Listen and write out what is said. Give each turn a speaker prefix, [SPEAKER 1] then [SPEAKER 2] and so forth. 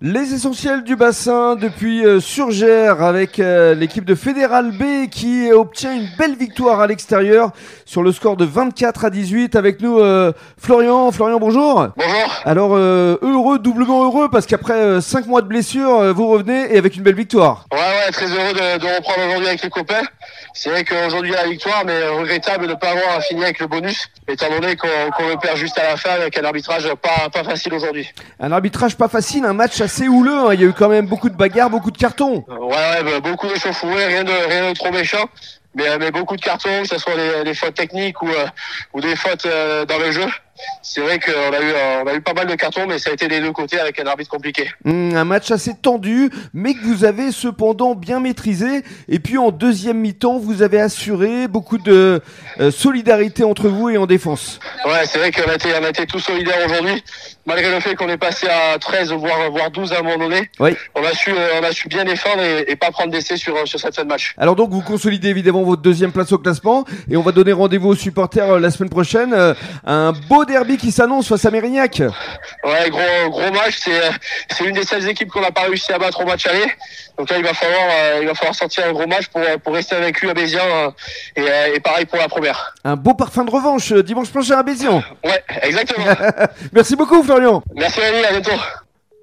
[SPEAKER 1] Les essentiels du bassin depuis euh, Surgère avec euh, l'équipe de Fédéral B qui euh, obtient une belle victoire à l'extérieur sur le score de 24 à 18 avec nous euh, Florian. Florian, bonjour.
[SPEAKER 2] Bonjour.
[SPEAKER 1] Alors euh, heureux, doublement heureux parce qu'après 5 mois de blessure, euh, vous revenez et avec une belle victoire.
[SPEAKER 2] Ouais, ouais, très heureux de, de reprendre aujourd'hui avec les copains. C'est vrai qu'aujourd'hui, il y a la victoire, mais regrettable de ne pas avoir fini avec le bonus, étant donné qu'on qu'on le perd juste à la fin avec un arbitrage pas, pas facile aujourd'hui.
[SPEAKER 1] Un arbitrage pas facile, un match assez houleux. hein. Il y a eu quand même beaucoup de bagarres, beaucoup de cartons.
[SPEAKER 2] Euh, Ouais, ouais, bah, beaucoup d'échauffourées, rien de, rien de trop méchant, mais, euh, mais beaucoup de cartons, que ce soit des, des fautes techniques ou, euh, ou des fautes euh, dans le jeu. C'est vrai qu'on a, eu, euh, on a eu pas mal de cartons, mais ça a été des deux côtés avec un arbitre compliqué.
[SPEAKER 1] Hum, un match assez tendu, mais que vous avez cependant bien maîtrisé. Et puis en deuxième mi-temps, vous avez assuré beaucoup de euh, solidarité entre vous et en défense.
[SPEAKER 2] Ouais, c'est vrai qu'on a été, on a été tous solidaires aujourd'hui, malgré le fait qu'on est passé à 13, voire, voire 12 à un moment donné.
[SPEAKER 1] Oui.
[SPEAKER 2] On a su, euh, on a su bien défendre et, et pas prendre d'essai sur, euh, sur cette fin de match.
[SPEAKER 1] Alors donc vous consolidez évidemment votre deuxième place au classement et on va donner rendez-vous aux supporters euh, la semaine prochaine. Euh, un beau derby qui s'annonce face à Mérignac.
[SPEAKER 2] Ouais, gros, gros match. C'est, euh, c'est une des seules équipes qu'on n'a pas réussi à battre au match aller. Donc là, il va falloir, euh, il va falloir sortir un gros match pour, euh, pour rester invaincu à Béziers euh, et, euh, et pareil pour la première.
[SPEAKER 1] Un beau parfum de revanche euh, dimanche prochain à Béziers.
[SPEAKER 2] Ouais, exactement.
[SPEAKER 1] Merci beaucoup Florian.
[SPEAKER 2] Merci Annie, à bientôt.